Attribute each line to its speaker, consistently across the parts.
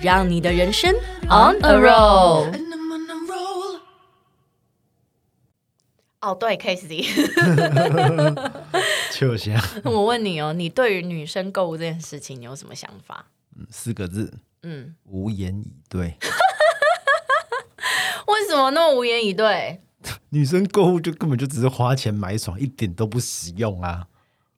Speaker 1: 让你的人生 on a roll。哦，对，Casey，
Speaker 2: 就像
Speaker 1: 我问你哦，你对于女生购物这件事情，你有什么想法？
Speaker 2: 四个字，
Speaker 1: 嗯，
Speaker 2: 无言以对。
Speaker 1: 为什么那么无言以对？
Speaker 2: 女生购物就根本就只是花钱买爽，一点都不实用啊！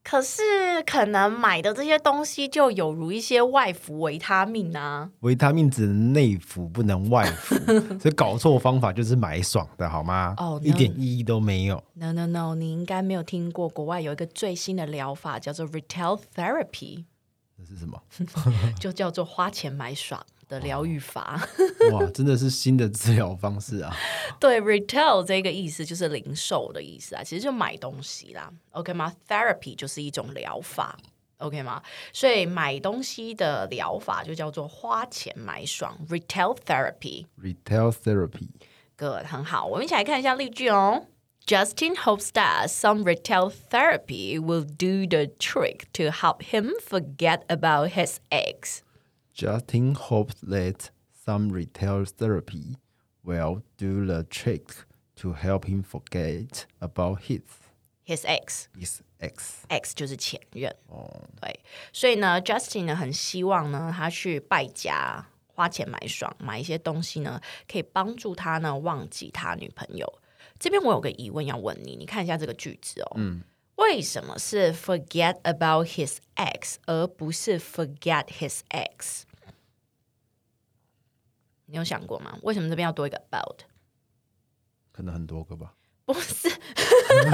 Speaker 1: 可是可能买的这些东西就有如一些外服维他命啊，
Speaker 2: 维他命只能内服，不能外 服，所以搞错方法就是买爽的好吗？
Speaker 1: 哦
Speaker 2: 一点意义都没有。
Speaker 1: No no no，你应该没有听过，国外有一个最新的疗法叫做 retail therapy，
Speaker 2: 这是什 么？
Speaker 1: 就叫做花钱买爽的疗愈法。
Speaker 2: 哇，真的是新的治疗方式啊！
Speaker 1: 对，retail 这个意思就是零售的意思啊，其实就买东西啦，OK 吗？Therapy 就是一种疗法，OK 吗？所以买东西的疗法就叫做花钱买爽 retail therapy。
Speaker 2: Retail therapy.
Speaker 1: Good，很好，我们一起来看一下例句哦。Justin hopes that some retail therapy will do the trick to help him forget about his ex.
Speaker 2: Justin hopes that some retail therapy will do the trick to help him forget about his
Speaker 1: His ex.
Speaker 2: his ex. Oh.
Speaker 1: X 就是前任。哦，对，所以呢，Justin 呢很希望呢，他去败家花钱买爽，买一些东西呢，可以帮助他呢忘记他女朋友。这边我有个疑问要问你，你看一下这个句子哦。嗯。为什么是 forget about his ex，而不是 forget his ex？你有想过吗？为什么这边要多一个 about？
Speaker 2: 可能很多个吧。
Speaker 1: 不是，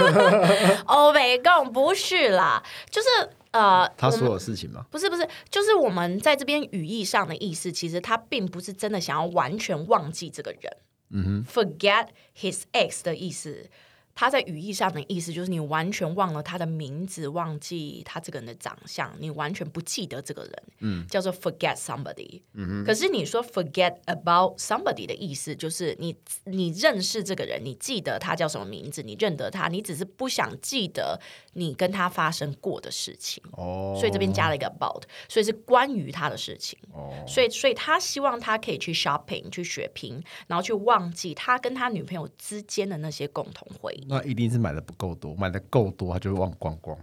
Speaker 1: 欧北共不是啦，就是呃，
Speaker 2: 他
Speaker 1: 我们
Speaker 2: 所有事情吗？
Speaker 1: 不是不是，就是我们在这边语义上的意思，其实他并不是真的想要完全忘记这个人。嗯哼，forget his ex 的意思，他在语义上的意思就是你完全忘了他的名字，忘记他这个人的长相，你完全不记得这个人，嗯，叫做 forget somebody。嗯哼，可是你说 forget about somebody 的意思，就是你你认识这个人，你记得他叫什么名字，你认得他，你只是不想记得你跟他发生过的事情。
Speaker 2: 哦，
Speaker 1: 所以这边加了一个 about，所以是关于他的事情。
Speaker 2: 哦
Speaker 1: 所以，所以他希望他可以去 shopping 去血拼，然后去忘记他跟他女朋友之间的那些共同回忆。
Speaker 2: 那一定是买的不够多，买的够多他就会忘光光。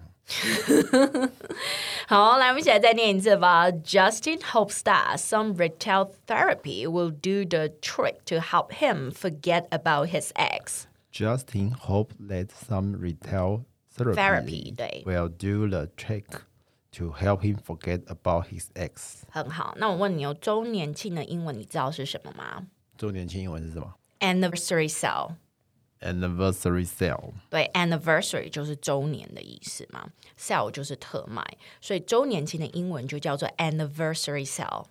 Speaker 1: 好，来，我们一起来再念一次吧。Justin hopes that some retail therapy will do the trick to help him forget about his ex.
Speaker 2: Justin hopes that some retail therapy,
Speaker 1: Therapy，对
Speaker 2: will do the trick to help him forget about his ex。
Speaker 1: 很好，那我问你哦，周年庆的英文你知道是什么吗
Speaker 2: 周年庆英文是什么
Speaker 1: ？Anniversary sale。
Speaker 2: ？Anniversary sale。
Speaker 1: 对，anniversary 就是周年的意思嘛，sale 就是特卖，所以周年庆的英文就叫做 anniversary sale。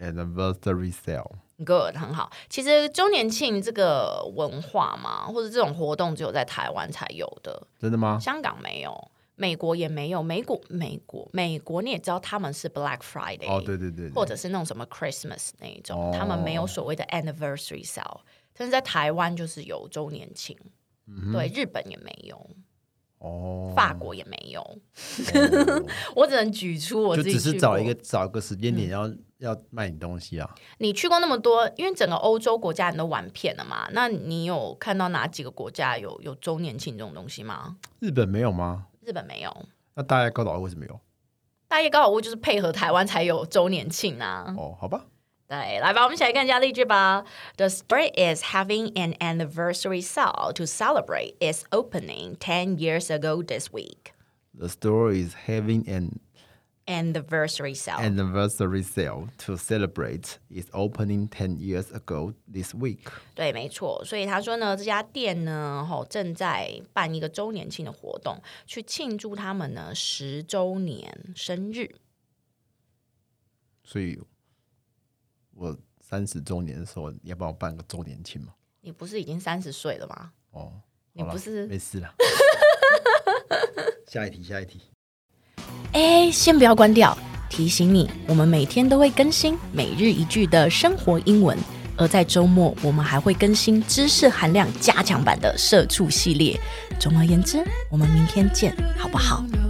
Speaker 2: Anniversary sale。
Speaker 1: Good，很好。其实周年庆这个文化嘛，或者这种活动只有在台湾才有的，
Speaker 2: 真的吗？
Speaker 1: 香港没有，美国也没有。美国，美国，美国你也知道他们是 Black Friday，
Speaker 2: 哦，对对哦对对
Speaker 1: 或者是那种什么 Christmas 那一种，他们没有所谓的 anniversary sale，但是在台湾就是有周年庆，
Speaker 2: 嗯
Speaker 1: 对，日本也没有。
Speaker 2: 哦，
Speaker 1: 法国也没有， 我只能举出我
Speaker 2: 就
Speaker 1: 自己
Speaker 2: 只是
Speaker 1: 去
Speaker 2: 找
Speaker 1: 过嗯
Speaker 2: 一个找个时间点要、要卖你东西啊。
Speaker 1: 你去过那么多，因为整个欧洲国家你都玩遍了嘛，那你有看到哪几个国家有有周年庆这种东西吗？
Speaker 2: 日本没有吗？
Speaker 1: 日本没有，
Speaker 2: 那大家高岛为什么有？
Speaker 1: 大叶高岛屋就是配合台湾才有周年庆啊。
Speaker 2: 哦，好吧。
Speaker 1: 对，来吧，我们一起来看一下例句吧。The store is having an anniversary sale to celebrate its opening ten years ago this week.
Speaker 2: The store is having an
Speaker 1: Anniversary sale.
Speaker 2: anniversary sale to celebrate its opening 10 years ago this week.
Speaker 1: 对，没错。所以他说呢，这家店呢，吼、正在办一个周年庆的活动，去庆祝他们呢十周年生日。
Speaker 2: 所以我三十周年的时候，你要帮我办个周年庆嘛？
Speaker 1: 你不是已经三十岁了吗？
Speaker 2: 哦，
Speaker 1: 你
Speaker 2: 好啦
Speaker 1: 不是
Speaker 2: 没事了。下一题，下一题。
Speaker 1: 哎，先不要关掉，提醒你，我们每天都会更新每日一句的生活英文，而在周末我们还会更新知识含量加强版的社畜系列。总而言之，我们明天见，好不好？
Speaker 3: No,